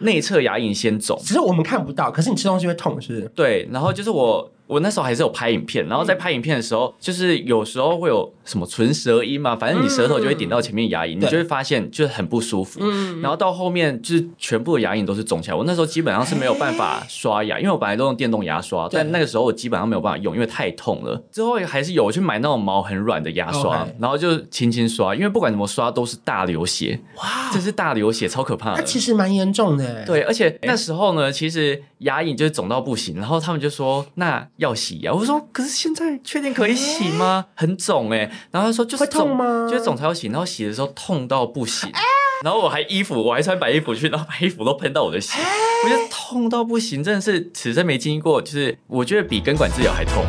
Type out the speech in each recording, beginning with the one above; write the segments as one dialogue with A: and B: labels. A: 内侧牙龈先肿，
B: 只是我们看不到，可是你吃东西会痛，是不是？
A: 对，然后就是我，我那时候还是有拍影片，然后在拍影片的时候，就是有时候会有什么唇舌音嘛，反正你舌头就会顶到前面牙龈，你
B: 对
A: 就会发现就是很不舒服。
B: 嗯
A: 然后到后面就是全部的牙龈都是肿起来，我那时候基本上是没有办法刷牙，因为我本来都用电动牙刷，
B: 哎对
A: 但那个时候我基本上没有办法用，因为太痛了。之后还是有我去买那种毛很软的牙刷
B: OK
A: 然后就轻轻刷，因为不管怎么刷都是大流血，
B: 哇，
A: 这是大流血，超可怕
B: 那
A: 的。
B: 其实蛮严重
A: 嗯
B: 的。，欸
A: 对，而
B: 哎
A: 且那时候呢，其实牙龈就是肿到不行，然后他们就说那要洗牙，我说可是现在确定可以洗吗？很肿哎、然后他说就是
B: 哎会痛
A: 肿
B: 吗哎
A: 就是肿才要洗，然后洗的时候痛到不行，然后我还衣服我还穿白衣服去，然后白衣服都喷到我的
B: 哎
A: 血，我觉得痛到不行，真的是此生没经历过，就是我觉得比根管治疗还痛。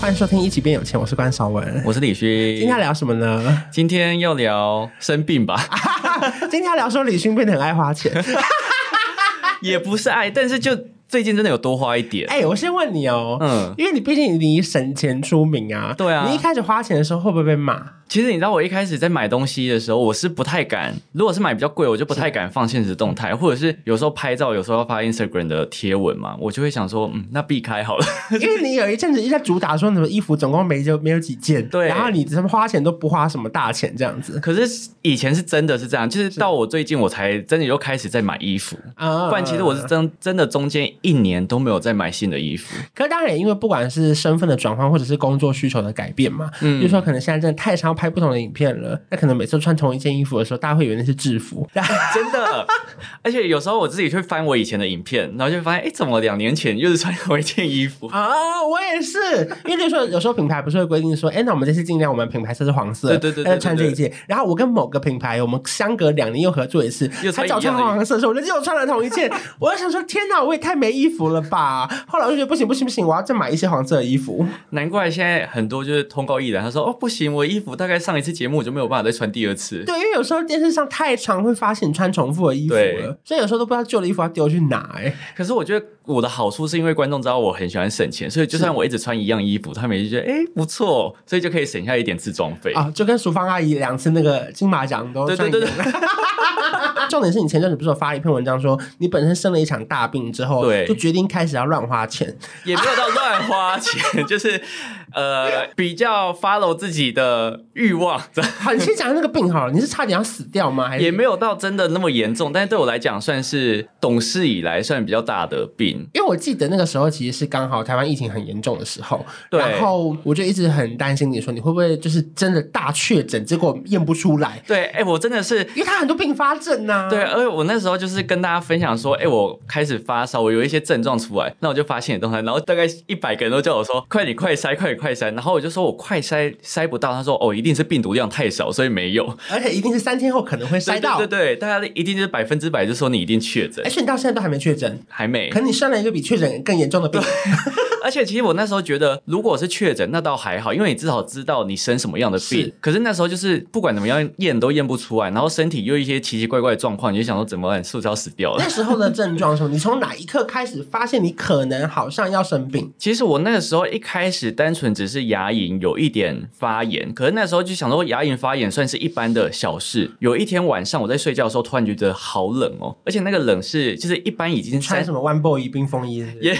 B: 欢迎收听《一起变有钱》，我是关少文。
A: 我是李
B: 今天要
A: 勋，
B: 聊什么 呢？
A: 今天要聊生病 吧。
B: 今天要聊说李勋变得很爱 花钱。
A: 也不是爱，但是就最近真的有多花一点。
B: 哎，我先问你哦，
A: 嗯
B: 因为你毕竟你省钱出名啊，
A: 对啊
B: 你一开始花钱的时候会不会 被骂？
A: 其实你知道，我一开始在买东西的时候，我是不太敢，如果是买比较贵，我就不太敢放现实动态，或者是有时候拍照，有时候要发 Instagram 的贴文嘛，我就会想说，嗯，那避开好了。
B: 因为你有一阵子一直在主打说什么衣服总共没就没有几件，
A: 对
B: 然后你什么花钱都不花什么大钱这样子
A: 可是以前是真的是这样，就是到我最近我才真的又开始在买衣服，
B: 啊
A: 不然其实我是真真的中间一年都没有在买新的衣服。
B: 可是当然，也因为不管是身份的转换，或者是工作需求的改变嘛，嗯，比如说可能现在真的太常要拍不同的影片了，那可能每次穿同一件衣服的时候，大家会以为那是制服，
A: 真的。而且有时候我自己去翻我以前的影片，然后就会发现，哎、怎么两年前又是穿同一件衣服？
B: 啊，我也是，因为就是说有时候品牌不是会规定说，哎、那我们这次尽量我们品牌色是黄色，
A: 对对对对对
B: 那就穿这一件。然后我跟某个品牌，我们相隔两年又合作一次，
A: 又
B: 他
A: 穿一样的
B: 找穿黄色的时候，我就又穿了同 一件。我就想说，天哪，我也太没衣服了吧！后来我就觉得不行不行不行，我要再买一些黄色的衣服。
A: 难怪现在很多就是通告艺人，他说哦不行，我衣服大概上一次节目我就没有办法再穿第二次。
B: 对，因为有时候电视上太常会发现你穿重复的衣服了
A: 对，
B: 所以有时候都不知道旧的衣服要丢去哪、哎，
A: 可是我觉得我的好处是因为观众知道我很喜欢省钱，所以就算我一直穿一样衣服，他们也就觉得哎、不错，所以就可以省下一点自装费。
B: 啊，就跟淑芳阿姨两次那个金马奖都
A: 对
B: 算
A: 对
B: 一
A: 对对，
B: 样重点是你前阵子不是有发一篇文章说，你本身生了一场大病之后，
A: 对
B: 就决定开始要乱花钱。
A: 也没有到乱花钱， 就是呃比较 follow 自己的欲望，
B: 好，你先讲那个病好了，你是差点要死掉吗？还
A: 也
B: 是
A: 没有到真的那么严重，但是对我来讲算是懂事以来算比较大的病。
B: 因为我记得那个时候其实是刚好台湾疫情很严重的时候，
A: 对
B: 然后我就一直很担心你说你会不会就是真的大确诊，结果验不出来，
A: 对，哎、我真的是
B: 因为他很多并发症啊呐、
A: 对，，而且我那时候就是跟大家分享说，哎、我开始发烧，我有一些症状出来，那我就发现你动态，然后大概一百个人都叫我说，快点快筛，快点快筛，然后我就说我快筛筛不到，他说哦，一定是病毒量太少，所以没有
B: 而且一定是三天后可能会筛到
A: 对，对对，大家一定就是百分之百就说你一定确诊
B: 而，且你到现在都还没确诊，
A: 还没
B: 可。你生了一个比确诊更严重的病，
A: 而且其实我那时候觉得，如果是确诊，那倒还好，因为你至少知道你生什么样的病。
B: 是
A: 可是那时候就是不管怎么样验都验不出来，然后身体又一些奇奇怪怪的状况，你就想说怎么办，是不是要死掉了？
B: 那时候的症状是什么？你从哪一刻开始发现你可能好像要生病？
A: 其实我那个时候一开始单纯只是牙龈有一点发炎，可是那时候就想说牙龈发炎算是一般的小事。有一天晚上我在睡觉的时候，突然觉得好冷哦，而且那个冷是就是一般已经
B: 穿
A: 三
B: 什么 One Boy 冰风衣是不是
A: 也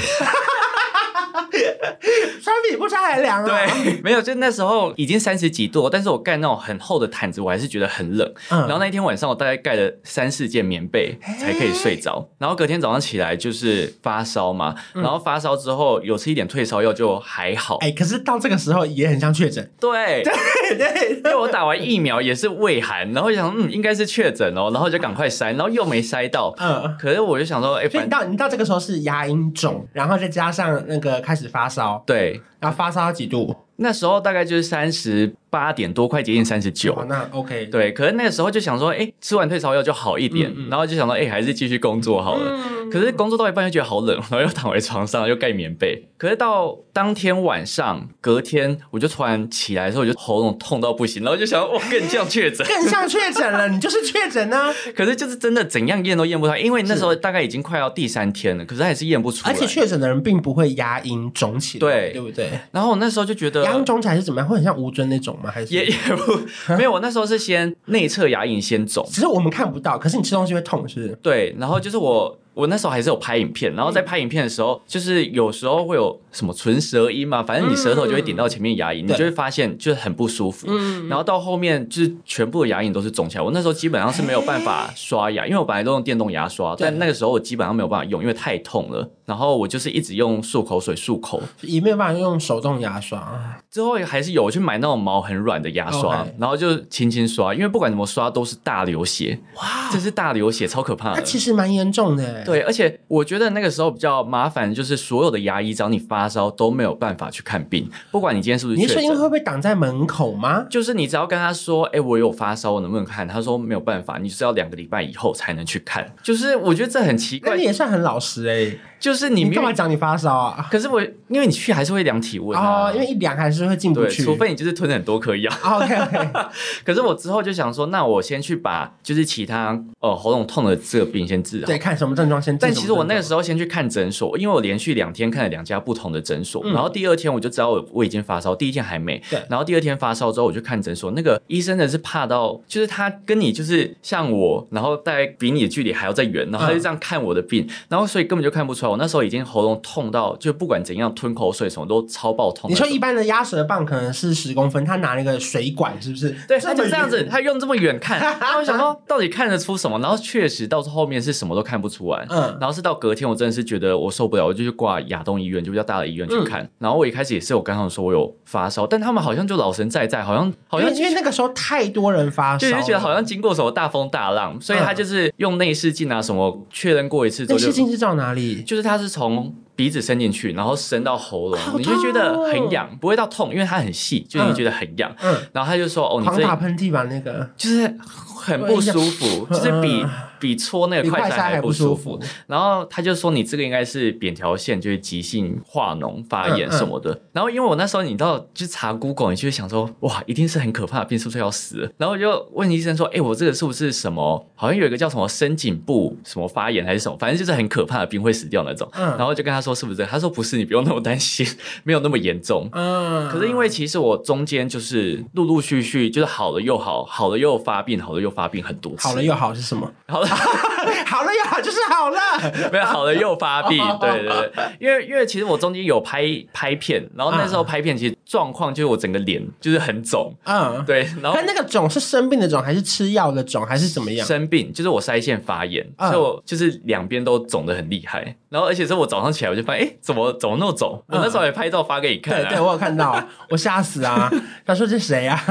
B: 穿比不穿还凉啊！，
A: 对， 没有，就那时候已经三十几度了，但是我盖那种很厚的毯子，我还是觉得很冷。
B: 嗯
A: 然后那一天晚上，我大概盖了三四件棉被才可以睡着。然后隔天早上起来就是发烧嘛，
B: 嗯
A: 然后发烧之后有吃一点退烧药就还好。
B: 哎、可是到这个时候也很像确诊，
A: 对，
B: 对
A: 因为我打完疫苗也是胃寒，然后想嗯应该是确诊哦，然后就赶快筛，然后又没筛到。
B: 嗯。
A: 可是我就想说，哎、
B: 所以
A: 反
B: 你
A: 正
B: 到你到这个时候是牙龈肿，然后再加上那个开始发烧，
A: 对，
B: 然后发烧到几度？
A: 那时候大概就是三十八点多，快接近三十九
B: 哇，。哦那 OK，
A: 对，可是那个时候就想说，哎、吃完退烧药就好一点，
B: 嗯嗯
A: 然后就想说，哎、还是继续工作好了。可是工作到一半又觉得好冷，然后又躺回床上，又盖棉被。可是到当天晚上，隔天我就突然起来的时候，我就喉咙痛到不行，然后就想，哇，更像确诊。
B: 更像确诊了，你就是确诊 啊呢、
A: 可是就是真的怎样验都验不出来，因为那时候大概已经快要第三天了，可是还是验不出来。
B: 而且确诊的人并不会牙龈肿起来，
A: 对
B: 对不对？
A: 然后我那时候就觉得
B: 牙龈肿起来是怎么样？会很像吴尊那种吗？还是
A: 呃也也 不没有，我那时候是先内侧牙龈先肿，
B: 只是我们看不到，可是你吃东西会痛，是不是？
A: 对，然后就是
B: 嗯
A: 我我那时候还是有拍影片，然后在拍影片的时候，就是有时候会有什么唇舌音嘛，反正你舌头就会顶到前面牙龈，你
B: 嗯对嗯
A: 就会发现就是很不舒服。然后到后面就是全部的牙龈都是肿起来，我那时候基本上是没有办法刷牙，因为我本来都用电动牙刷，
B: 哎对
A: 但那个时候我基本上没有办法用，因为太痛了。然后我就是一直用漱口水漱口，
B: 也没有办法用手动牙刷，
A: 之后还是有我去买那种毛很软的牙刷
B: OK
A: 然后就轻轻刷，因为不管怎么刷都是大流血，
B: 哇，
A: 这是大流血，超可怕
B: 那
A: 的。
B: 其实蛮严重的。，
A: 呃对，而且我觉得那个时候比较麻烦，就是所有的牙医找你发烧都没有办法去看病，不管你今天是不是
B: 你
A: 确
B: 是说因为
A: 诊。
B: 会被挡在门口吗？
A: 就是你只要跟他说，哎、我有发烧，我能不能看？他说没有办法，你就是要两个礼拜以后才能去看。就是我觉得这很奇
B: 那
A: 怪
B: 你，也算很老实哎、
A: 就是你
B: 你
A: 没
B: 干嘛
A: 有，
B: 讲你发烧啊？
A: 可是我因为你去还是会量体温啊，
B: 哦，因为一量还是会进不
A: 对，
B: 去。哦
A: 除非你就是吞很多颗药。
B: OK OK，
A: 可是我之后就想说，那我先去把就是其他呃喉咙痛的这个病先治好
B: 对，。看什么症状先治什么症状。
A: 但其实我那个时候先去看诊所，因为我连续两天看了两家不同的诊所，然后第二天我就知道我我已经发烧，第一天还没
B: 嗯对，
A: 然后第二天发烧之后我就看诊所，那个医生真的是怕到，就是他跟你就是像我，然后大概比你的距离还要再远，然后他
B: 嗯
A: 就这样看我的病，然后所以根本就看不出来，我那时候已经喉咙痛到，就不管怎样吞口水什么都超爆痛
B: 你
A: 那种。
B: 说一般的鸭舌棒可能是十公分，他拿那个水管是不是？
A: 对，
B: 么
A: 他就这样子，
B: 远。
A: 他用这么远 看，然后我想说到底看得出什么？然后确实到后面是什么都看不出来。
B: 嗯
A: 然后是到隔天，我真的是觉得我受不了，我就去挂亚东医院，就比较大的医
B: 嗯
A: 院去看。然后我一开始也是有跟他们说我有发烧，但他们好像就老神在在，好像好
B: 因
A: 像
B: 为因为那个时候太多人发烧
A: 就
B: 了，嗯
A: 是觉得好像经过什么大风大浪，所以他就是用内视镜啊什么确认过一次之
B: 那
A: 后就
B: 细，菌是到哪里？
A: 就是他是从。鼻子伸进去，然后伸到喉咙
B: 好，
A: 你就觉得
B: 痛哦
A: 很痒，不会到痛，因为它很细，就你觉得很痒。
B: 嗯，
A: 然后他就说：“哦，你
B: 狂
A: 这
B: 打喷嚏吧，那个
A: 就是很不舒服，
B: 哎呀
A: 就是比
B: 嗯
A: 比搓那个
B: 比
A: 快
B: 快
A: 塞
B: 塞
A: 还
B: 还
A: 不
B: 不
A: 舒
B: 舒
A: 服
B: 服。
A: 然后他就说你这个应该是扁条线，就是急性化脓发炎
B: 嗯嗯
A: 什么的。然后因为我那时候你知道去查 Google，你就会想说哇，一定是很可怕的病，是不是要死了？然后我就问医生说，哎、我这个是不是什么？好像有一个叫什么深颈部什么发炎还是什么，反正就是很可怕的病会死掉那种。
B: 嗯
A: 然后就跟他说是不是这个？他说不是，你不用那么担心， 没有那么严重。
B: 嗯，
A: 可是因为其实我中间就是陆陆续续就是好了又好，好了又发病，好了又发病很多次，
B: 好了又好是什么？
A: 好了
B: 好了又好就是好了。
A: 没有好了又发 病，对对对，因为因为其实我中间有拍拍片，然后那时候拍片其实状况就是我整个脸就是很肿，
B: 嗯，
A: 对，然后
B: 但那个肿是生病的肿，还是吃药的肿，还是怎么样？
A: 生病就是我腮腺发炎，
B: 嗯
A: 所以我就是两边都肿的很厉害，然后而且是我早上起来我就发现，哎，怎么怎么那么肿？我
B: 嗯
A: 那时候也拍照发给你看
B: 对对，
A: 啊，
B: 我有看到，我吓 死啊！他说这谁啊？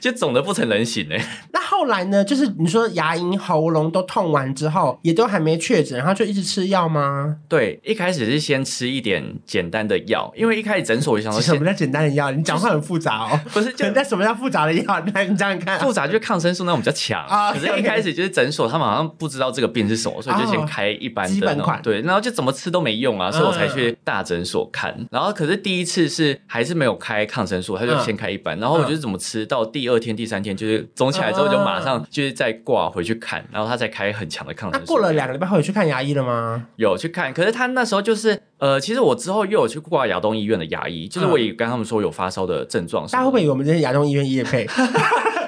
A: 就肿的不成人形哎。
B: 那后来呢？就是你说牙龈、喉咙都痛完之后，也都还没确诊，然后就一直吃药吗？
A: 对，一开始是先吃一点简单的药，因为一开始诊所我就想说
B: 其实什
A: 先
B: 么叫简单的药？你讲话很复杂哦。
A: 不是 就
B: 简单什么叫复杂的药？来，你讲讲看。
A: 复杂，就是抗生素那种比较强。
B: 啊
A: 可是，
B: OK，OK
A: 一开始就是诊所他们好像不知道这个病是什么，所以就先开一般的
B: 基
A: 那
B: 本
A: 种。
B: 款嗯
A: 对，然后就怎么吃都没用啊，所以我才去大诊所看。然后，可是第一次是还是没有开抗生素，他
B: 嗯
A: 就先开一般。然后我就是怎么吃到第二天、第三天，就是肿起来之后就马上就是再挂回去看，然后他才开很强的抗
B: 那
A: 生素。
B: 过了两个礼拜后，有去看牙医了吗？
A: 有去看，可是他那时候就是呃，其实我之后又有去挂亚东医院的牙医，
B: 嗯
A: 就是我也跟他们说有发烧的症状什
B: 大家会
A: 么的，
B: 不会以为我们这些牙中医院业配？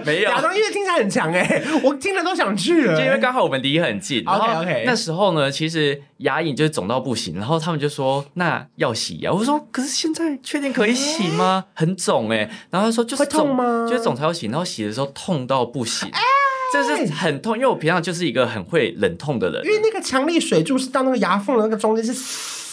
A: 没有。
B: 牙中医院听起来很强哎、我听了都想去了、
A: 啊就因为刚好我们离很近，然后
B: OK，OK
A: 那时候呢，其实牙龈就是肿到不行，然后他们就说那要洗啊牙，我说可是现在确定可以洗 吗？很肿哎、然后他说就是
B: 会痛
A: 肿
B: 吗哎
A: 就是肿才要洗，然后洗的时候痛到不行，这是很痛，因为我平常就是一个很会冷痛的人
B: 因，为那个强力水柱是到那个牙缝的那个中间是，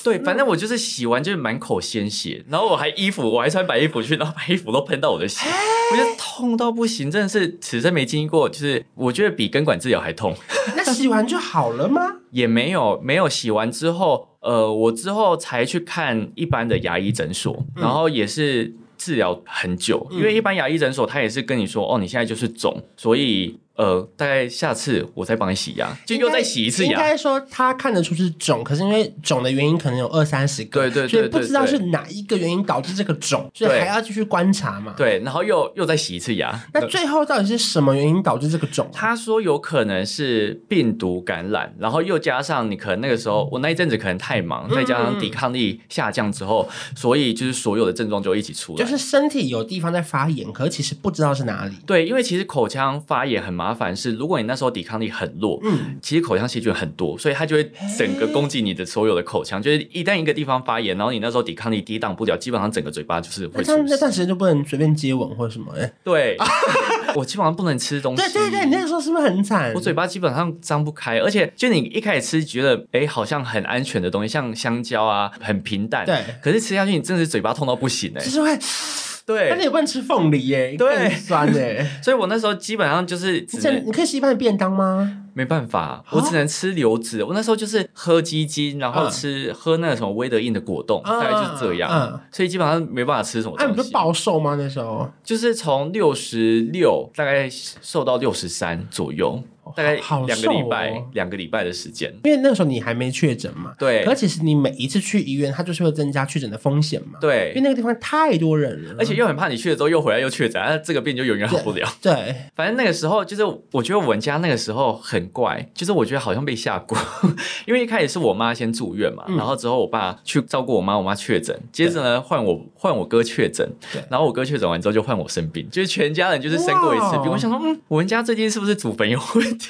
A: 对，反正我就是洗完就是满口鲜血，然后我还衣服我还穿白衣服去，然后白衣服都喷到我的血，
B: 哎
A: 我就痛到不行，真的是此生没经历过，就是我觉得比根管治疗还痛。
B: 那洗完就好了吗？
A: 也没有没有洗完
B: 嗯
A: 之后，呃，我之后才去看一般的牙医诊所，然后也是。治疗很久，因为一般牙医诊所他也是跟你说，哦，你现在就是肿，所以呃，大概下次我再帮你洗牙， 就又再洗一次
B: 应
A: 牙。
B: 该说他看得出是肿，可是因为肿的原因可能有二三十个，
A: 对对对
B: 所以
A: 对
B: 不知道
A: 对
B: 是哪一个原因导致这个肿，所以
A: 对
B: 还要继续观察嘛。
A: 对，然后又又再洗一次牙。
B: 那最后到底是什么原因导致这个肿？
A: 他说有可能是病毒感染，然后又加上你可能那个时
B: 嗯
A: 候，我那一阵子可能太忙，再加上抵抗力下降之后，所以就是所有的症状就一起出来。
B: 就是身体有地方在发炎，可是其实不知道是哪里。
A: 对，因为其实口腔发炎很麻烦，是如果你那时候抵抗力很弱，
B: 嗯，
A: 其实口腔细菌很多，所以它就会整个攻击你的所有的口腔。就是一旦一个地方发炎，然后你那时候抵抗力抵挡不了，基本上整个嘴巴就是
B: 那
A: 会
B: 他
A: 出
B: 们那
A: 事。
B: 段时间就不能随便接吻或者什么、欸？
A: 对， 我基本上不能吃东西。
B: 对对对，你那个时候是不是很惨？
A: 我嘴巴基本上张不开，而且就你一开始吃觉得哎好像很安全的东西，像香蕉啊，很平淡。
B: 对
A: 可是吃下去你真的是嘴巴痛到不行哎、
B: 就是会，但是
A: 对，
B: 也不能吃凤梨耶、欸，
A: 对
B: 更酸耶、
A: 所以我那时候基本上 就是只
B: 你这
A: 能
B: 你可以吃一般的便当吗？
A: 没办
B: 啊
A: 法，我只能吃流质。我那时候就是喝鸡精，然后
B: 嗯
A: 吃、喝那个什么威德印的果冻，
B: 啊
A: 大概就是这样。
B: 嗯
A: 所以基本上没办法吃什么
B: 啊，你不
A: 东
B: 是
A: 西，
B: 暴瘦吗？那时候
A: 就是从六十六大概瘦到六十三左右，嗯大概
B: 哦好
A: 两个礼
B: 瘦
A: 拜，
B: 哦
A: 两个礼拜的时间。
B: 因为那个时候你还没确诊嘛。
A: 对
B: 可其实你每一次去医院，它就是会增加确诊的风险嘛。，因为嗯
A: 对，
B: 那个地方太多人了，
A: 而且又很怕你去了之后又回来又确诊，那这个病就永远好不了。
B: 对，
A: 反正那个时候，就是我觉得我们家那个时候很怪，就是我觉得好像被吓过， 因为一开始是我妈先住院嘛，
B: 嗯
A: 然后之后我爸去照顾我妈，我妈确诊，接着呢换我换我哥确诊
B: 对，
A: 然后我哥确诊完之后就换我生病，就是全家人就是生过一次
B: 哇
A: 病。
B: 哦
A: 我想说，嗯，我们家最近是不是祖坟有问题？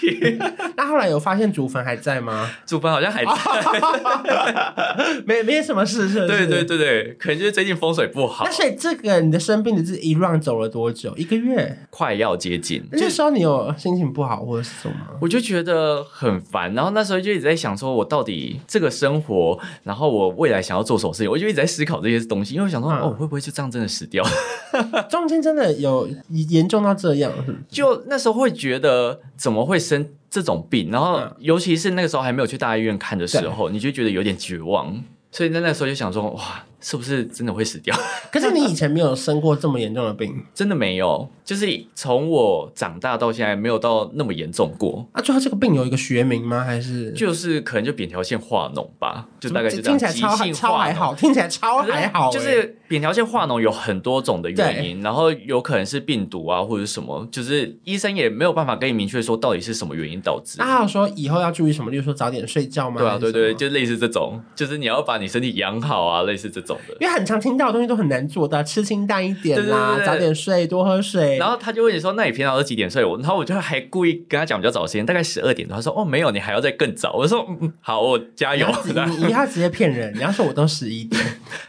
B: 那后来有发现祖坟还在吗？
A: 祖坟好像还在，
B: 啊没没什么事，是不是？
A: 对对。对对，可能就是最近风水不好
B: 那，所以这个你的生病的这一 round 走了多久？一个月？
A: 快要接近，
B: 那时候你有心情不好或者是什么吗？
A: 我就觉得很烦，然后那时候就一直在想，说我到底这个生活，然后我未来想要做什么事情，我就一直在思考这些东西，因为我想说，
B: 嗯
A: 哦，我会不会就这样真的死掉？
B: 中间真的有严重到这样，是不是
A: 就那时候会觉得怎么会生这种病，然后
B: 嗯
A: 尤其是那个时候还没有去大医院看的时候，你就觉得有点绝望，所以在那时候就想说，哇，是不是真的会死掉？
B: 可是你以前没有生过这么严重的病
A: 真的没有，就是从我长大到现在没有到那么严重过。
B: 啊？最后这个病有一个学名吗？还是
A: 就是可能就扁条线化脓吧，就大概就这样。
B: 听起来超
A: 急性
B: 超
A: 化
B: 还
A: 脓
B: 好，听起来超
A: 可是
B: 还好欸、
A: 就是扁条线化脓有很多种的原因，然后有可能是病毒啊或者什么，就是医生也没有办法跟你明确说到底是什么原因导致。
B: 那还有说以后要注意什么，例如说早点睡觉吗？
A: 对
B: 还
A: 啊，对
B: 是什
A: 对，
B: 么。
A: 就类似这种，就是你要把你身体养好啊，类似这种 的。
B: 因为很常听到的东西都很难做到，吃清淡一点
A: 对对
B: 啦，
A: 对对
B: 早点睡，多喝水。
A: 然后他就问你说：“那你平常都几点睡？”我，然后我就还故意跟他讲比较早的时间，大概十二点多。他说：“哦，没有，你还要再更早。”我说：“嗯，嗯好，我加
B: 你
A: 油
B: 要。直你你要直接骗人，你要说我都十一点，”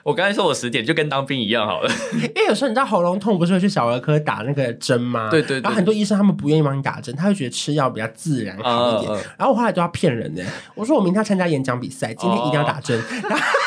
A: 我刚才说我十点就跟当兵一样 好了。
B: 因为有时候你知道喉咙痛不是会去小儿科打那个针吗？
A: 对对对
B: 然后很多医生他们不愿意帮你打针，他会觉得吃药比较自然好一点。
A: 嗯嗯
B: 然后我后来都要骗人呢、我说我明天要参加演讲比赛，今天一定要打针。
A: 哦
B: 然后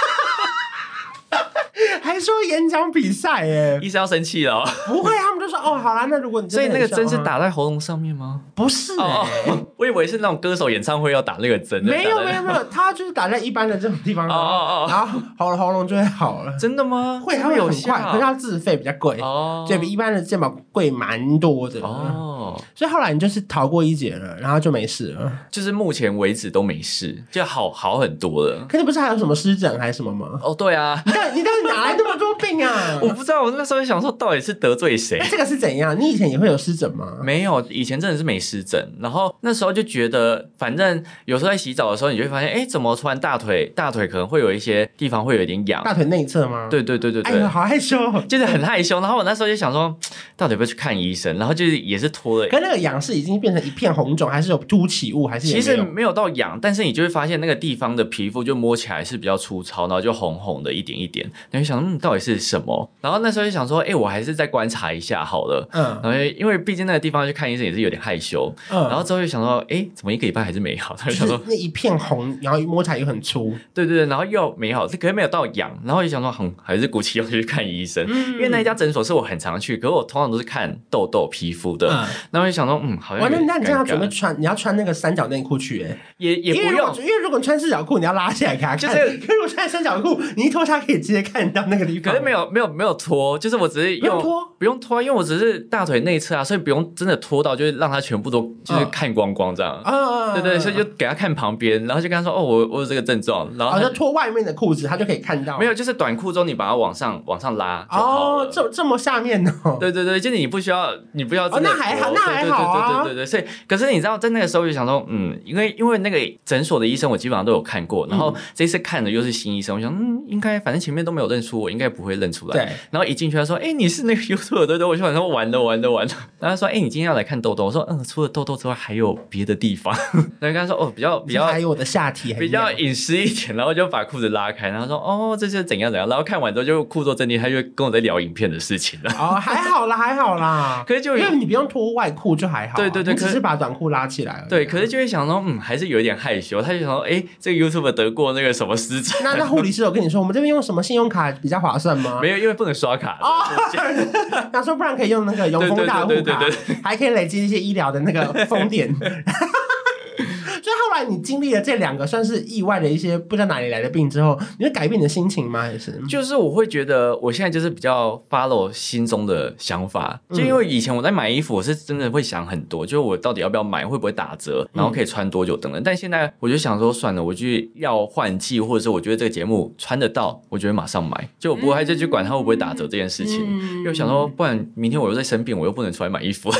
B: 还说演讲比赛欸耶、
A: 医生要生气了哦、
B: 不会，他们就说哦，好啦，那如果你
A: 所以
B: 真的
A: 那个
B: 很
A: 针是
B: 想啊
A: 打在喉咙上面吗？
B: 不是、欸
A: 哦，哦， 我以为是那种歌手演唱会要打那个针，
B: 没有
A: 打在
B: 没有没有，他就是打在一般的这种地方，
A: 哦哦哦
B: 然后喉咙喉咙就会好了，
A: 真的吗？
B: 会
A: 它
B: 它会
A: 有
B: 很快，可
A: 效
B: 是要自费比较贵，
A: 哦，
B: 对比一般的健保贵蛮多的。
A: 哦，
B: 所以后来你就是逃过一劫了，然后就没事了。
A: 就是目前为止都没事，就好好很多了。
B: 可你不是还有什么湿疹还是什么吗？
A: 哦，对啊，？
B: 你到底你到底哪来那么多病啊
A: 我不知道，我那时候想说到底是得罪谁
B: 那。这个是怎样？你以前也会有湿疹吗？
A: 没有，以前真的是没湿疹，然后那时候就觉得，反正有时候在洗澡的时候，你就会发现，哎，怎么突然大腿大腿可能会有一些地方会有一点痒，
B: 大腿内侧吗？，
A: 啊对对对对
B: 哎
A: 对
B: 呦，，好害羞。
A: 就是很害羞。然后我那时候就想说，到底要不要去看医生？然后就是也是拖了
B: 可那个痒是已经变成一片红肿，还是有凸起物，还是也
A: 其
B: 没
A: 实
B: 有
A: 没有到痒，但是你就会发现那个地方的皮肤就摸起来是比较粗糙，然后就红红的一点一点。你会想，嗯，到底是什么？然后那时候就想说，哎、我还是再观察一下好了。
B: 嗯
A: 然后因为毕竟那个地方去看医生也是有点害羞，
B: 嗯，
A: 然后之后就想说，哎、怎么一个礼拜还是没好？他就
B: 就
A: 想
B: 是
A: 说，
B: 那一片红，然后摸起来又很粗，
A: 对对对，然后又没好，可是嗯
B: 嗯
A: 没有到痒，然后就想说，哼、还是鼓起勇气去看医生，因为那一家诊所是我很常去，可是我通常常都是看痘痘皮肤的，
B: 嗯，
A: 那我就想说，嗯，好像
B: 完了，
A: 有点
B: 那你这样要
A: 尴
B: 准备
A: 尬
B: 穿，你要穿那个三角内裤去、欸，
A: 也也
B: 因为
A: 不
B: 如果
A: 用，
B: 因为如果你穿四角裤，你要拉起来给他看。
A: 就是
B: 可是我穿三角裤，你一脱它可以直接看到那个地
A: 可
B: 方。
A: 是没有没有没有脱，就是我只是
B: 不用
A: 用
B: 脱，
A: 不用脱啊，因为我只是大腿内侧啊，所以不用真的脱到，就是让它全部都就是
B: 嗯
A: 看光光这样。
B: 啊，
A: 对对，所以就给他看旁边，然后就跟他说：“哦，我我有这个症状。”然后
B: 好
A: 他
B: 像脱外面的裤子，它就可以看到。
A: 没有，就是短裤中你把它往上往上拉就好
B: 哦
A: 了，。
B: 这这么下面哦。
A: 对对对，就是你不需要，你不需要
B: 哦
A: 真的
B: 那还好
A: 脱
B: 那还好啊
A: 对对对对对对。所以，可是你知道，在那个时候我就想说，嗯，因为因为那个诊所的医生我基本上都有看过，然后这次看的又是新医生，我想，嗯，应该反正前面都没有认出我，应该不会认出来。
B: 对，
A: 然后一进去，他说：“哎、你是那个 YouTube 对不对？”我就想说：“完了，完了，完了。”然后他说：“哎、你今天要来看痘痘？”我说：“嗯，除了痘痘之外，还有别的地方。” 然后跟他说：“哦，比较比较
B: 还有我的下体很
A: 比较
B: 痒，
A: 隐私一点。”然后就把裤子拉开，然后说：“哦，这是怎样怎样。”然后看完之后就故作镇定，他就跟我在聊影片的事情了。
B: 哦，还好啦，还好啦。
A: 可是就
B: 因为你不用脱外裤就还好啊，
A: 对对对
B: 你只
A: 可
B: 是把短裤拉起来而已啊。
A: 对， 可是就会想说，嗯，还是有一点害羞。他就想说：“哎、这个 YouTube 得过那个什么师证？
B: 那那护理师有跟你说，我们这边用什么信用卡比较划算吗？
A: 没有，因为不能刷卡。
B: 哦，他说不然可以用那个永丰大户
A: 对对
B: 卡
A: 对对，
B: 还可以累积一些医疗的那个封 点。所以后来你经历了这两个算是意外的一些不知道哪里来的病之后，你会改变你的心情吗？还是
A: 就是我会觉得我现在就是比较 follow 心中的想法，就因为以前我在买衣服，我是真的会想很多，就是我到底要不要买，会不会打折，然后可以穿多久等等。但现在我就想说，算了，我就要换季，或者是我觉得这个节目穿得到，我就会马上买，就我不会还再去管它会不会打折这件事情。又想说，不然明天我又在生病，我又不能出来买衣服。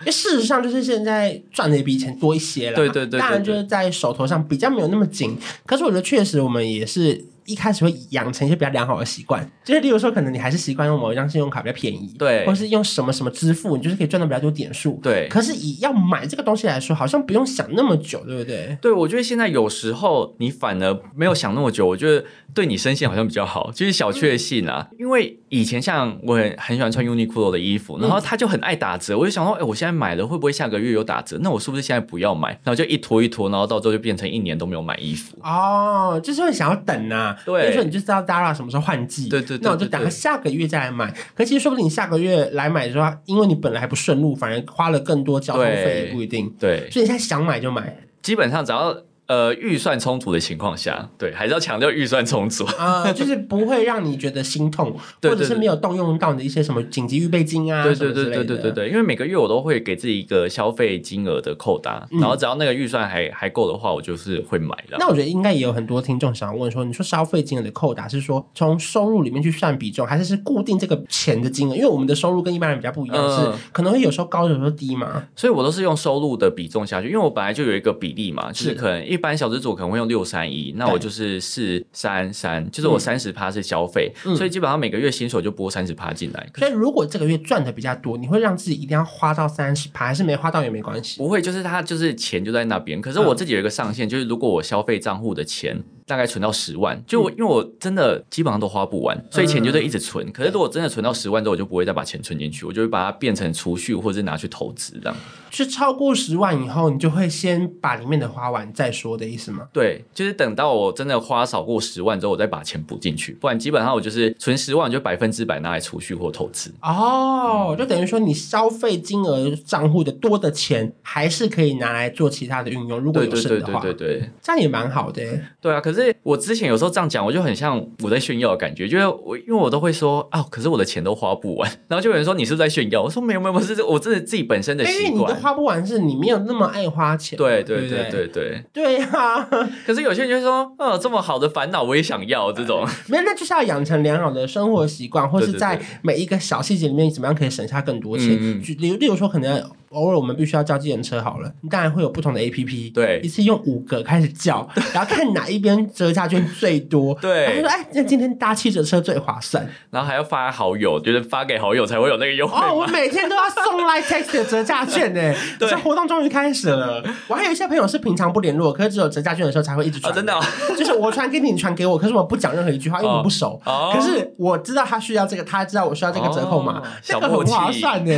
B: 因为事实上就是现在赚的也比以前多一些了，
A: 对对对对
B: 当然就是在手头上比较没有那么紧，可是我觉得确实我们也是。一开始会养成一些比较良好的习惯，就是例如说，可能你还是习惯用某一张信用卡比较便宜，
A: 对
B: 或是用什么什么支付，你就是可以赚到比较多点数，
A: 对
B: 可是以要买这个东西来说，好像不用想那么久，对不对？
A: 对，我觉得现在有时候你反而没有想那么久，我觉得对你身心好像比较好，就是小
B: 嗯
A: 确幸啊。因为以前像我很很喜欢穿 Uniqlo 的衣服，然
B: 嗯
A: 后它就很爱打折，我就想说，哎、我现在买了会不会下个月有打折？那我是不是现在不要买？然后就一拖一拖，然后到最后就变成一年都没有买衣服。
B: 哦，就是会想要等呐、啊，
A: 对
B: 比如说你就知道 Zara 什么时候换季，
A: 对对对
B: 那我就
A: 对对
B: 等它下个月再来买。可其实说不定你下个月来买的时候，因为你本来还不顺路，反而花了更多交通费
A: 对
B: 也不一定。
A: 对，
B: 所以你现在想买就买
A: 基本上只要呃预算充足的情况下，对，还是要强调预算充足。
B: 啊、就是不会让你觉得心痛，
A: 对对
B: 或者是没有动用到你的一些什么紧急预备金啊，
A: 对
B: 什
A: 对
B: 么之
A: 对
B: 类
A: 对
B: 的
A: 对对对，因为每个月我都会给自己一个消费金额的扣打，然后只要那个预算还还够的话，我就是会买的。
B: 嗯那我觉得应该也有很多听众想要问说，你说消费金额的扣打是说从收入里面去算比重，还是是固定这个钱的金额？因为我们的收入跟一般人比较不一样，
A: 嗯
B: 是可能会有时候高，有时候低嘛。
A: 所以我都是用收入的比重下去，因为我本来就有一个比例嘛，就是是可能一般小资组可能会用六三一，那
B: 对嗯
A: 我就是四三三，就是我三十趴是消费，所以基本上每个月薪水就拨三十趴进来。
B: 所以如果这个月赚的比较多，你会让自己一定要花到三十趴，还是没花到也没关系？
A: 不会，就是它就是钱就在那边，可是
B: 嗯
A: 我自己有一个上限，就是如果我消费账户的钱大概存到十万，就
B: 嗯
A: 我、因为我真的基本上都花不完，所以钱就是一直存。可是如果真的存到十万之后，我就不会再把钱存进去，我就会把它变成储蓄或者是拿去投资这样。
B: 是超过十万以后，你就会先把里面的花完再说的意思吗？
A: 对，就是等到我真的花少过十万之后，我再把钱补进去，不然基本上我就是存十万，我就百分之百拿来储蓄或投资。
B: 哦，就等于说你消费金额账户的多的钱，还是可以拿来做其他的运用，如果
A: 对
B: 有
A: 对
B: 剩
A: 对
B: 的
A: 对
B: 话，
A: 对对
B: 这样也蛮好的欸。
A: 对啊！可是我之前有时候这样讲，我就很像我在炫耀的感觉，就是我因为我都会说啊，可是我的钱都花不完，然后就有人说你是不是在炫耀？我说没有没有，我是我真的自己本身的
B: 因为
A: 习
B: 你都
A: 惯。
B: 花不完，是你没有那么爱花钱。
A: 对对
B: 对
A: 对
B: 不
A: 对对，
B: 对呀、
A: 可是有些人就会说，呃，这么好的烦恼我也想要这种。
B: 没有，那就是要养成良好的生活习惯，或是
A: 对对
B: 在每一个小细节里面，怎么样可以省下更多钱。
A: 嗯嗯
B: 举例例如说，可能偶尔我们必须要叫计程车好了，你当然会有不同的 A P P，
A: 对
B: 一次用五个开始叫，然后看哪一边折价券最多。然后
A: 对
B: 说，，哎，那今天搭汽车车最划算
A: 然后还要发好友，就是发给好友才会有那个优惠
B: 哦！
A: 嘛。
B: 我每天都要送 Line Text 的折价券呢，
A: 对
B: 这活动终于开始了。我还有一些朋友是平常不联络，可是只有折价券的时候才会一直
A: 啊，
B: 传、
A: 真的哦、
B: 就是我传给你，你传给我，可是我不讲任何一句话，因为我们不熟。
A: 哦
B: 欸可是我知道他需要这个，他知道我需要这个折扣码
A: 哦，
B: 这
A: 小
B: 个
A: 默
B: 很
A: 契
B: 欸划算呢。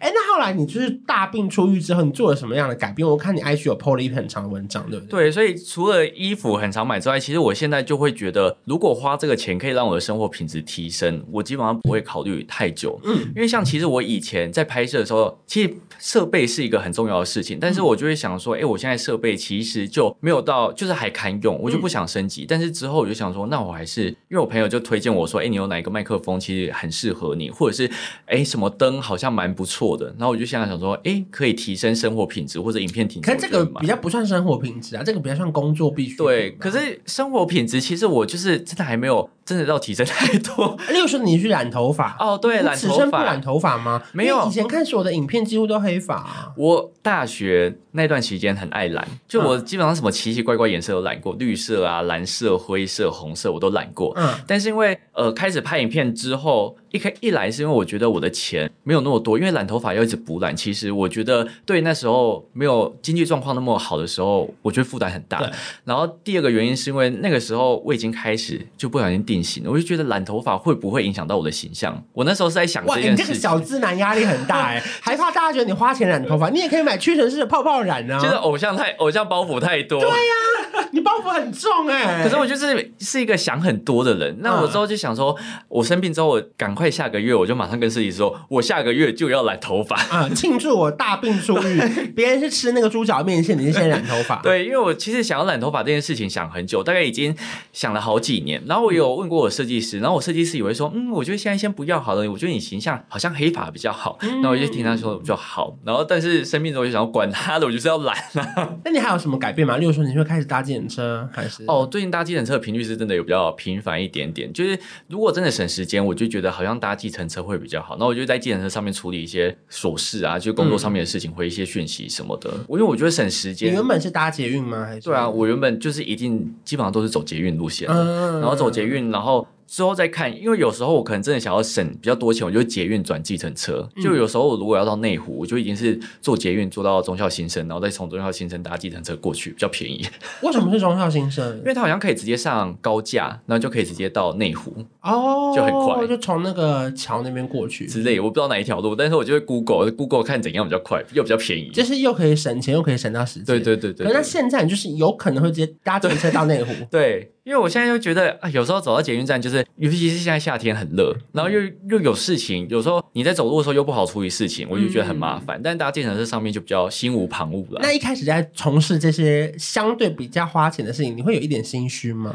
B: 哎，那后来你就是大大病初愈之后，你做了什么样的改变？我看你 IG 有 PO 了一篇很长的文章，对不对？
A: 对，所以除了衣服很常买之外，其实我现在就会觉得，如果花这个钱可以让我的生活品质提升，我基本上不会考虑太久。嗯，因为像其实我以前在拍摄的时候，其实设备是一个很重要的事情，
B: 嗯
A: 但是我就会想说，哎、我现在设备其实就没有到，就是还堪用，我就
B: 嗯
A: 不想升级。但是之后我就想说，那我还是因为我朋友就推荐我说，哎、你有哪一个麦克风其实很适合你，或者是哎、什么灯好像蛮不错的，然后我就现在想说，哎、可以提升生活品质或者影片品质，
B: 可是这个
A: 我就买
B: 比较不算生活品质啊，这个比较算工作必啊须。
A: 对，可是生活品质其实我就是真的还没有真的到提升太 多
B: 例如说你去染头发，
A: 哦。对，
B: 你
A: 染
B: 此
A: 头
B: 生不
A: 发
B: 染，头发吗？
A: 没有
B: 因为以前看所有的影片几乎都黑发啊、
A: 我大学那段期间很爱染，就
B: 嗯
A: 我基本上什么奇奇怪怪颜色都染过，绿色啊、蓝色、灰色、红色我都染过。
B: 嗯，
A: 但是因为呃开始拍影片之后，一开一来是因为我觉得我的钱没有那么多，因为染头发要一直补染，其实我觉得对那时候没有经济状况那么好的时候，我觉得负担很大
B: 对。
A: 然后第二个原因是因为那个时候我已经开始就不小心定型了，我就觉得染头发会不会影响到我的形象？我那时候是在想
B: 哇，
A: 这
B: 你
A: 件
B: 这个
A: 事情。
B: 小资男压力很大 哎、还怕大家觉得你花钱染头发，你也可以买屈臣氏的泡泡染啊，
A: 就是偶像太偶像包袱太多，对呀、
B: 你包袱很重哎、
A: 可是我就是是一个想很多的人。那我之后就想说，我生病之后，我赶快下个月我就马上跟司仪说，我下个月就要染头发。
B: 啊，庆祝我大病初愈！别人是吃那个猪脚面线，你是先染头发。
A: 对，因为我其实想要染头发这件事情想很久，大概已经想了好几年。然后我有问过我设计师，然后我设计师也会说，嗯，我觉得现在先不要好了，我觉得你形象好像黑发比较好。那我就听他
B: 嗯
A: 说就好。然后但是生病之后我就想要管他的，我就是要染。
B: 那你还有什么改变吗？例如说，你会开始搭自行车，还是
A: 哦，最近搭计程车的频率是真的有比较频繁一点点。就是如果真的省时间，我就觉得好像搭计程车会比较好。那我就在计程车上面处理一些琐事啊，就工作上面的事情，回一些讯息什么的。我因为我觉得省时
B: 嗯你
A: 间。
B: 原本是搭捷运吗？还是
A: 对啊，，我原本就是一定基本上都是走捷运路线的，
B: 嗯
A: 然后走捷运，然后之后再看，因为有时候我可能真的想要省比较多钱，我就捷运转计程车。
B: 嗯
A: 就有时候我如果要到内湖，我就已经是坐捷运坐到中校新生，然后再从中校新生搭计程车过去，比较便宜，
B: 为什么是中校新生
A: 因？为它好像可以直接上高架，然后就可以直接到内湖
B: 哦，
A: 就很快
B: 就从那个桥那边过去，
A: 之类的。我不知道哪一条路，但是我就会 Google Google 看怎样比较快，又比较便宜。
B: 就是又可以省钱，又可以省到时间。
A: 对对对对
B: 可是那
A: 对。
B: 现在你就是有可能会直接搭自行车到内湖，
A: 对，啊因为我现在就觉得啊，有时候走到捷运站，就是尤其是现在夏天很热，然后又又有事情，有时候你在走路的时候又不好处理事情，我就觉得很麻烦。但搭计程车上面就比较心无旁骛了
B: 那。一开始在从事这些相对比较花钱的事情，你会有一点心虚吗？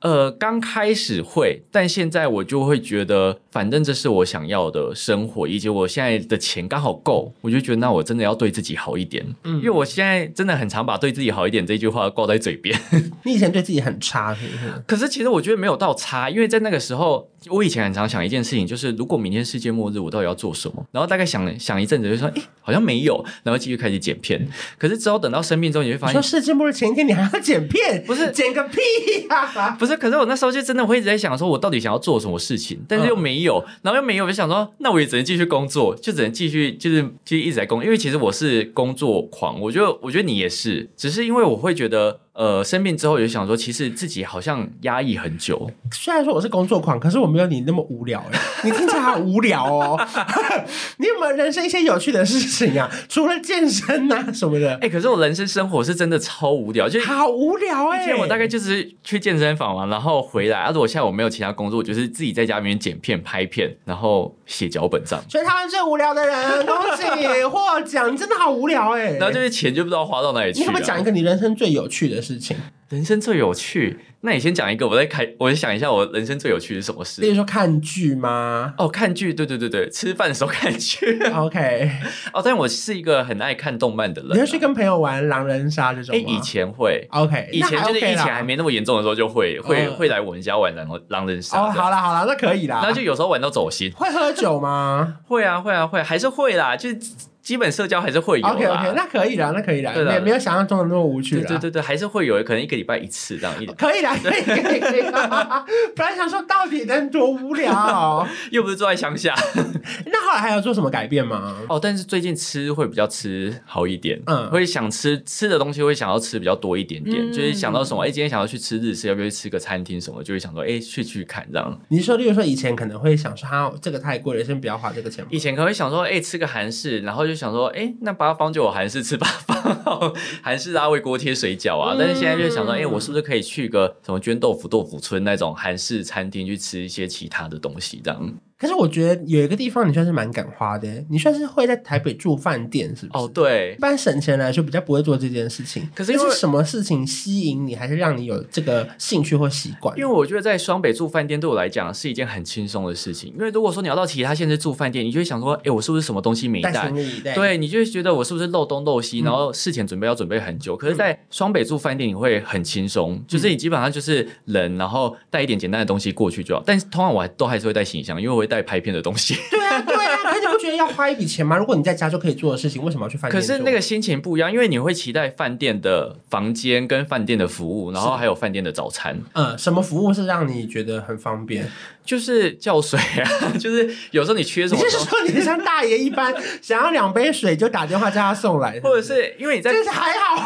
A: 呃，刚开始会，但现在我就会觉得，反正这是我想要的生活，以及我现在的钱刚好够，我就觉得那我真的要对自己好一点。嗯，因为我现在真的很常把对自己好一点这句话挂在嘴边。
B: 你以前对自己很差，是不是？
A: 可是其实我觉得没有到差，因为在那个时候，我以前很常想一件事情，就是如果明天世界末日，我到底要做什么？然后大概想想一阵子，就说，哎，好像没有，然后继续开始剪片。可是之后等到生病之后，你会发
B: 你 说
A: 现。
B: 世界末日前一天你还要剪片，
A: 不是
B: 剪个屁呀、
A: 啊不是，可是我那时候就真的会一直在想，说我到底想要做什么事情，但是又没有，然后又没有，我就想说，那我也只能继续工作，就只能继续，就是就一直在工作，因为其实我是工作狂，我觉得，我觉得你也是，只是因为我会觉得，呃，生病之后，我就想说，其实自己好像压抑很久，
B: 虽然说我是工作狂，可是我没有你那么无聊哎、你听起来好无聊哦。 你有没有人生一些有趣的事情啊？除了健身啊什么的，
A: 哎、可是我人生生活是真的超无聊，就是
B: 好无聊
A: 以
B: 哎、
A: 前我大概就是去健身房嘛，然后回来。啊，如果现在我没有其他工作，我就是自己在家里面剪片、拍片，然后写脚本这样。
B: 全台湾最无聊的人，恭喜 你获奖！你真的好无聊哎、
A: 然后就是钱就不知道花到哪里去
B: 你
A: 了。
B: 可不可以讲一个你人生最有趣的事情？
A: 人生最有趣？那你先讲一个，我再开，我想一下我人生最有趣是什么
B: 例
A: 事。
B: 如说看剧吗
A: 哦，看剧，对对对对，吃饭的时候 看剧。
B: ？OK，
A: 哦，但我是一个很爱看动漫的人、啊
B: 你会去跟朋友玩狼人杀这种
A: 哎、
B: 吗？
A: 以前会，
B: OK，
A: 以前
B: 那
A: 就是疫
B: OK
A: 情
B: 啦
A: 还没那么严重的时候，就会会、
B: 嗯
A: 会来我们家玩狼狼人杀。
B: 哦，好，啦好啦，那可以啦。
A: 然后就有时候玩到走心。
B: 会喝酒 吗
A: 会啊，会啊，会，还是会啦，就是基本社交还是会有啦。
B: ？OK OK，那可以啦，那可以啊啦，
A: 对啦
B: 没没有想象中的那么无趣
A: 对
B: 啦。
A: 对对对，还是啊哦会有，可能一个礼拜一次这样，一
B: 可以啦，可以可以可以。 本来想说到底能多无聊、
A: 又不是住在乡下
B: 那后来还有做什么改变吗？
A: 哦。但是最近吃会比较吃好一点，
B: 嗯
A: 会想吃吃的东西会想要吃比较多一点点，
B: 嗯
A: 就是想到什么，哎、今天想要去吃日式，要不要去吃个餐厅什么，就会想说，哎、去去看这样。
B: 你是说，例如说以前可能会想说，哈，这个太贵了，先不要花这个钱吗。
A: 以前可能会想说，哎、吃个韩式，然后就就想说，哎、那八方就有韩式吃八方，韩式辣味锅贴水饺啊。
B: 嗯
A: 但是现在就想说，哎、我是不是可以去个什么捐豆腐豆腐村那种韩式餐厅去吃一些其他的东西？这样
B: 可是我觉得有一个地方你算是蛮敢花的，你算是会在台北住饭店，是不是？
A: 哦，对
B: 一，般省钱来说比较不会做这件事情。
A: 可是因为
B: 是什么事情吸引你，还是让你有这个兴趣或习惯？
A: 因为我觉得在双北住饭店对我来讲是一件很轻松的事情。因为如果说你要到其他县市住饭店，你就会想说，哎、我是不是什么东西没
B: 带
A: 带
B: 行？李，对
A: 对，你就会觉得我是不是漏东漏西，
B: 嗯
A: 然后事前准备要准备很久。可是，在双北住饭店，你会很轻松，
B: 嗯
A: 就是你基本上就是人，然后带一点简单的东西过去就好。但是通常我还都还是会带行李箱，因为我会带拍片的东西。
B: 对啊，对啊，而且不觉得要花一笔钱吗？如果你在家就可以做的事情，为什么要去饭
A: 可
B: 店？
A: 是那个。心情不一样，因为你会期待饭店的房间跟饭店的服务，然后还有饭店的早餐，
B: 呃，什么服务是让你觉得很方便？
A: 就是叫水啊， 就是有时候你缺什
B: 你
A: 么东
B: 是
A: 西，
B: 说你像大爷一 般，想要两杯水就打电话叫他送来，
A: 或者是因为你在
B: 这是还好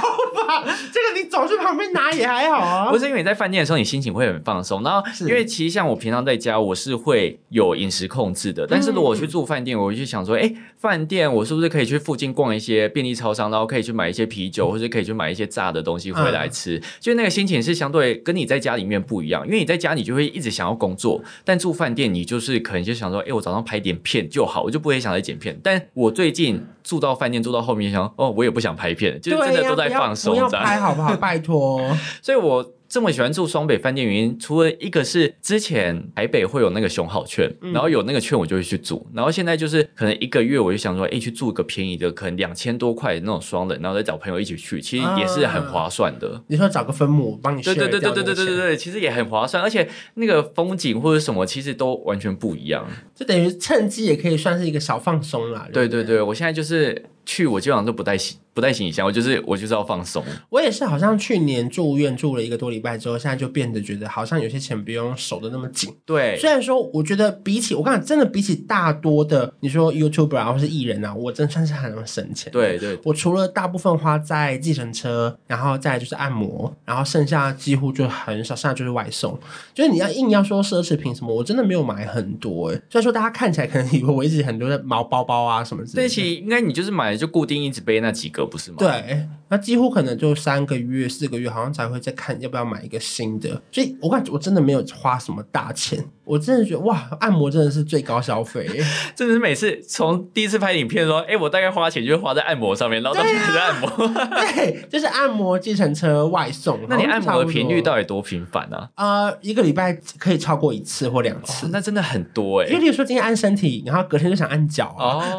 B: 吧？这个你走去旁边拿也还好 啊。
A: 不是因为你在饭店的时候，你心情会很放松。然后，
B: 是
A: 因为其实像我平常在家，我是会有饮食控制
B: 嗯
A: 的。但是如果我去住饭店，我就想说，哎、饭店我是不是可以去附近逛一些便利超商，然后可以去买一些啤
B: 嗯
A: 酒，或者可以去买一些炸的东西回来吃？就那个心情是相对跟你在家里面不一样，因为你在家你就会一直想要工作，但住饭店你就是可能就想说，哎、我早上拍点片就好，我就不会想来剪片。但我最近住到饭店住到后面想，哦，我也不想拍片，就是真的
B: 对呀
A: 都在
B: 不要
A: 放松，
B: 不要
A: 这样
B: 拍好不好？拜托，
A: 所以我这么喜欢住双北饭店，原因除了一个是之前台北会有那个熊好券，然后有那个券我就会去住，然后现在就是可能一个月我就想说，哎、去住个便宜的，可能两千多块的那种双人，然后再找朋友一起去，其实也是很划算的。
B: 你说找个分母帮 你
A: 对
B: share
A: 对对对
B: 掉
A: 对
B: 那
A: 对
B: 个
A: 对对
B: 钱
A: 对，其实也很划算，而且那个风景或者什么，其实都完全不一样。
B: 就等于趁机也可以算是一个小放松啦。
A: 对
B: 不
A: 对对，我现在就是去，我基本上都不带行不带行李箱，我就是我就是要放松。
B: 我也是，好像去年住院住了一个多礼拜之后，现在就变得觉得好像有些钱不用守的那么紧。
A: 对，
B: 虽然说，我觉得比起我刚才真的比起大多的你说 YouTuber 啊或是艺人啊，我真算是很能省钱。，
A: 对对
B: 我除了大部分花在计程车，然后再来就是按摩，然后剩下几乎就很少，剩下就是外送。就是你要硬要说奢侈品什么，我真的没有买很多、欸。虽然说大家看起来可能以为我一直很多的毛包包啊什么之类
A: 对，
B: 的，
A: 其实应该你就是买了就固定一直背那几个，不是吗？
B: 对，那几乎可能就三个月、四个月，好像才会再看要不要买一个新的。所以我感觉我真的没有花什么大钱，我真的觉得哇，按摩真的是最高消费。
A: 真的是每次从第一次拍影片说，哎、我大概花钱就是花在按摩上面，然后到现
B: 啊
A: 在还在按 摩。
B: 对，就是按摩、计程车、外送。
A: 那你
B: 好像
A: 按摩的频率
B: 差不多
A: 到底多频繁 啊？
B: 呃一个礼拜可以超过一次或两次。
A: 那真的很多哎、
B: 因为例如说今天按身体，然后隔天就想按脚啊，
A: 哦，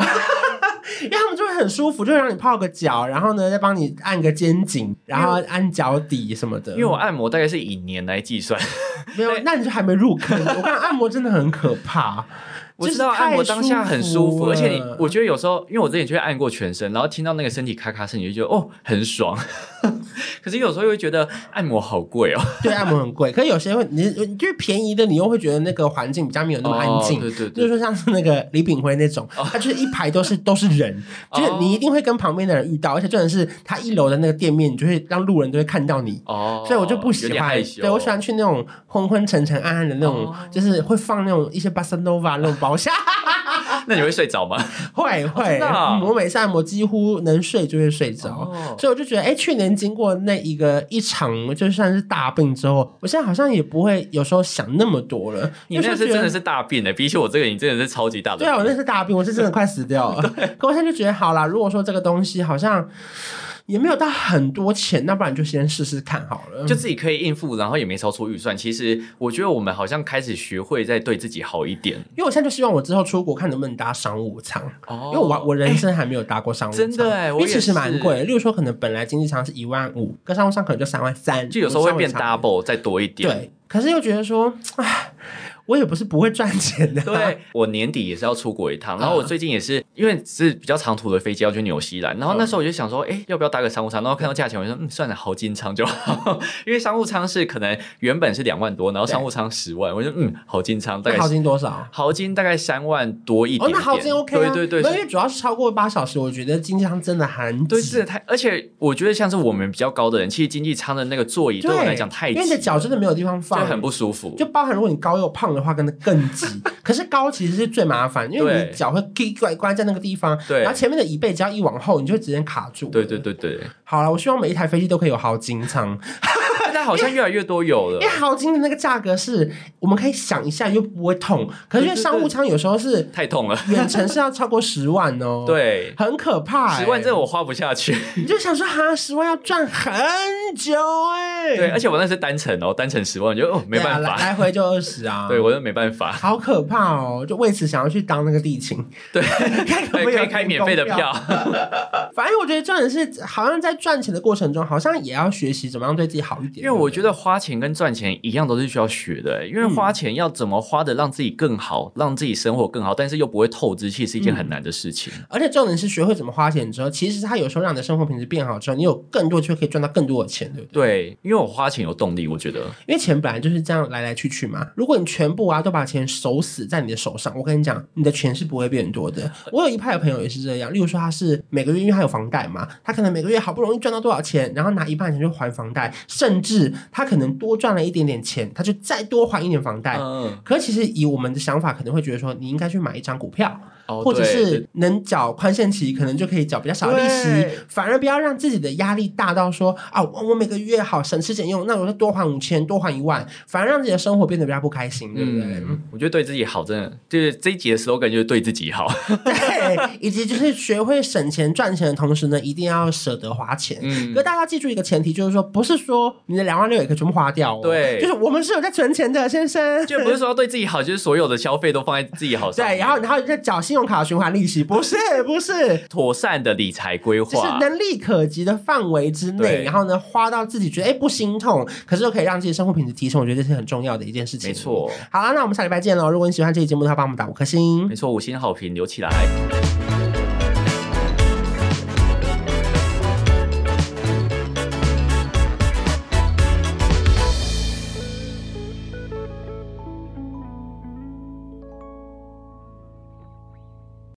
B: 因为他们就会很舒服，就让你泡个脚，然后呢再帮你按个肩颈，然后按脚底什么的。
A: 因为我按摩大概是以年来计 算，
B: 没有，那你就还没入 坑。我看按摩真的很可怕，
A: 我知道按摩当下很舒服，而且你我
B: 觉
A: 觉得有时候，因为我之前去按过全身，然后听到那个身体咔咔声，你就觉得哦很爽。 可是有时候又会觉得按摩好贵哦，
B: 对按摩很贵，可是有些会你你就是便宜的，你又会觉得那个环境比较没有那么安静。
A: 哦对对
B: 就是
A: 对，
B: 说，像是那个李炳辉那种，他就是一排都是 都是人，
A: 哦
B: 就是你一定会跟旁边的人遇到，而且重点是他一楼的那个店面，你就会让路人都会看到你，
A: 哦，
B: 所以我就不
A: 有
B: 喜
A: 点害
B: 欢。
A: 羞。
B: 对我喜欢去那种昏昏沉沉暗暗的那种
A: 哦，
B: 就是会放那种一些巴塞诺瓦那种包厢，
A: 那你会睡 着吗？
B: 会会
A: 真的啊，
B: 我每次按摩几乎能睡就会睡着。
A: 哦
B: 所以我就觉得，哎、去年经过那一个一场就算是大病之后，我现在好像也不会有时候想那么多了。
A: 你那是真的
B: 是
A: 是大病哎、比起我这个，你真的是超级大的。
B: 对啊，我那是大病，我是真的快死 掉了。可我现在就觉得，好啦，如果说这个东西好像也没有到很多钱，那不然就先试试看好了。
A: 就自己可以应付，然后也没超出预算。其实我觉得我们好像开始学会再对自己好一点。
B: 因为我现在就希望我之后出国看能不能搭商务舱，
A: 哦
B: 因为我我人生还没有搭过商务舱，
A: 真的哎
B: 因
A: 我也
B: 为其实蛮
A: 是
B: 贵的。例如说，可能本来经济舱是一万五，跟商务舱可能就三万三，
A: 就有时候会变
B: 我稍微差
A: double 再多一点。
B: 对，可是又觉得说，唉，我也不是不会赚钱的、
A: 对，我年底也是要出国一趟，然后我最近也是因为是比较长途的飞机要去纽西兰，然后那时候我就想说，哎，要不要搭个商务舱？然后看到价钱，我就说，嗯，算了，豪金舱就好， 因为商务舱是可能原本是两万多，然后商务舱十万，我就嗯，豪金舱大
B: 那
A: 概
B: 豪金多少？
A: 豪金大概三万多一点
B: 哦，
A: 点。
B: 那豪金 OK 啊，
A: 对对对，
B: 没有因为主要是超过八小时，我觉得经济舱真的很
A: 对，
B: 挤
A: 是的太，而且我觉得像是我们比较高的人，其实经济舱的那个座椅对我来讲太
B: 因为你的
A: 挤，
B: 脚真的没有地方
A: 就
B: 放，
A: 很不舒服
B: 就。包含如果你高又胖的的话，跟那更挤。可是高其实是最麻烦，因为
A: 对
B: 你脚会叽拐关在那个地方，
A: 对
B: 然后前面的椅背只要一往后，你就会直接卡住。
A: 对对，对对，
B: 好了，我希望每一台飞机都可以有豪金舱，
A: 现在好像越来越多有了
B: 因为，豪金的那个价格是我们可以想一下又不会痛，可是因为商务舱有时候是
A: 太痛了。
B: 远程是要超过十万哦，，
A: 对，
B: 很可怕、欸，
A: 十万这我花不下去。
B: 你就想说哈，十万要赚很久哎、
A: 对，而且我那是单程哦，单程十万，我觉得哦没
B: 对啊
A: 办
B: 来
A: 法，
B: 来回就二十啊，
A: 对我就没办法。
B: 好可怕哦！就为此想要去当那个地勤，
A: 对，
B: 看可
A: 对，
B: 不可
A: 可
B: 以
A: 以开免费的票。。
B: 反正我觉得重点是，好像在赚钱的过程中，好像也要学习怎么样对自己好一点。
A: 因为我觉得花钱跟赚钱一样都是需要学的、欸因为
B: 嗯
A: 花钱要怎么花的让自己更好，让自己生活更好，但是又不会透支，其实是一件
B: 嗯
A: 很难的事情。
B: 而且重点是学会怎么花钱之后，其实它有时候让你的生活品质变好之后，你有更多机会可以赚到更多的钱，对不对？
A: 对，因为我花钱有动力，我觉得
B: 因为钱本来就是这样来来去去嘛。如果你全部啊都把钱守死在你的手上，我跟你讲，你的钱是不会变多的。我有一派的朋友也是这样，例如说他是每个月因为他有房贷嘛，他可能每个月好不容易赚到多少钱，然后拿一半钱去还房贷，甚至他可能多赚了一点点钱，他就再多还一点房贷。
A: 嗯，
B: 可其实以我们的想法，可能会觉得说，你应该去买一张股票，
A: 哦
B: 或者
A: 对
B: 是能缴宽限期，可能就可以缴比较少的利
A: 对
B: 息，反而不要让自己的压力大到说啊，我我每个月好省吃俭用，那我就多还五千，多还一万，反而让自己的生活变得比较不开心，对不对？
A: 嗯，我觉得对自己好，真的就是这一集的 slogan 就是对自己好。
B: 对， 以及就是学会省钱赚钱的同时呢，一定要舍得花钱。
A: 嗯
B: 可，大家记住一个前提，就是说，不是说你的两万六也可以全部花掉哦。
A: 对
B: 就是我们是有在存钱的，先生。
A: 就不是说要对自己好，就是所有的消费都放在自己好上面。
B: 对，然后然后再缴信用卡循环利息，不是不是，
A: 妥善的理财规
B: 就是
A: 划，
B: 能力可及的范围之内，
A: 对
B: 然后呢，花到自己觉得哎、不心痛，可是又可以让自己生活品质提升，我觉得这是很重要的一件事情。
A: 没。错，
B: 好了，那我们下礼拜见喽！如果你喜欢这期节目的话，帮我们打五颗星
A: 没。错，五星好评留起来。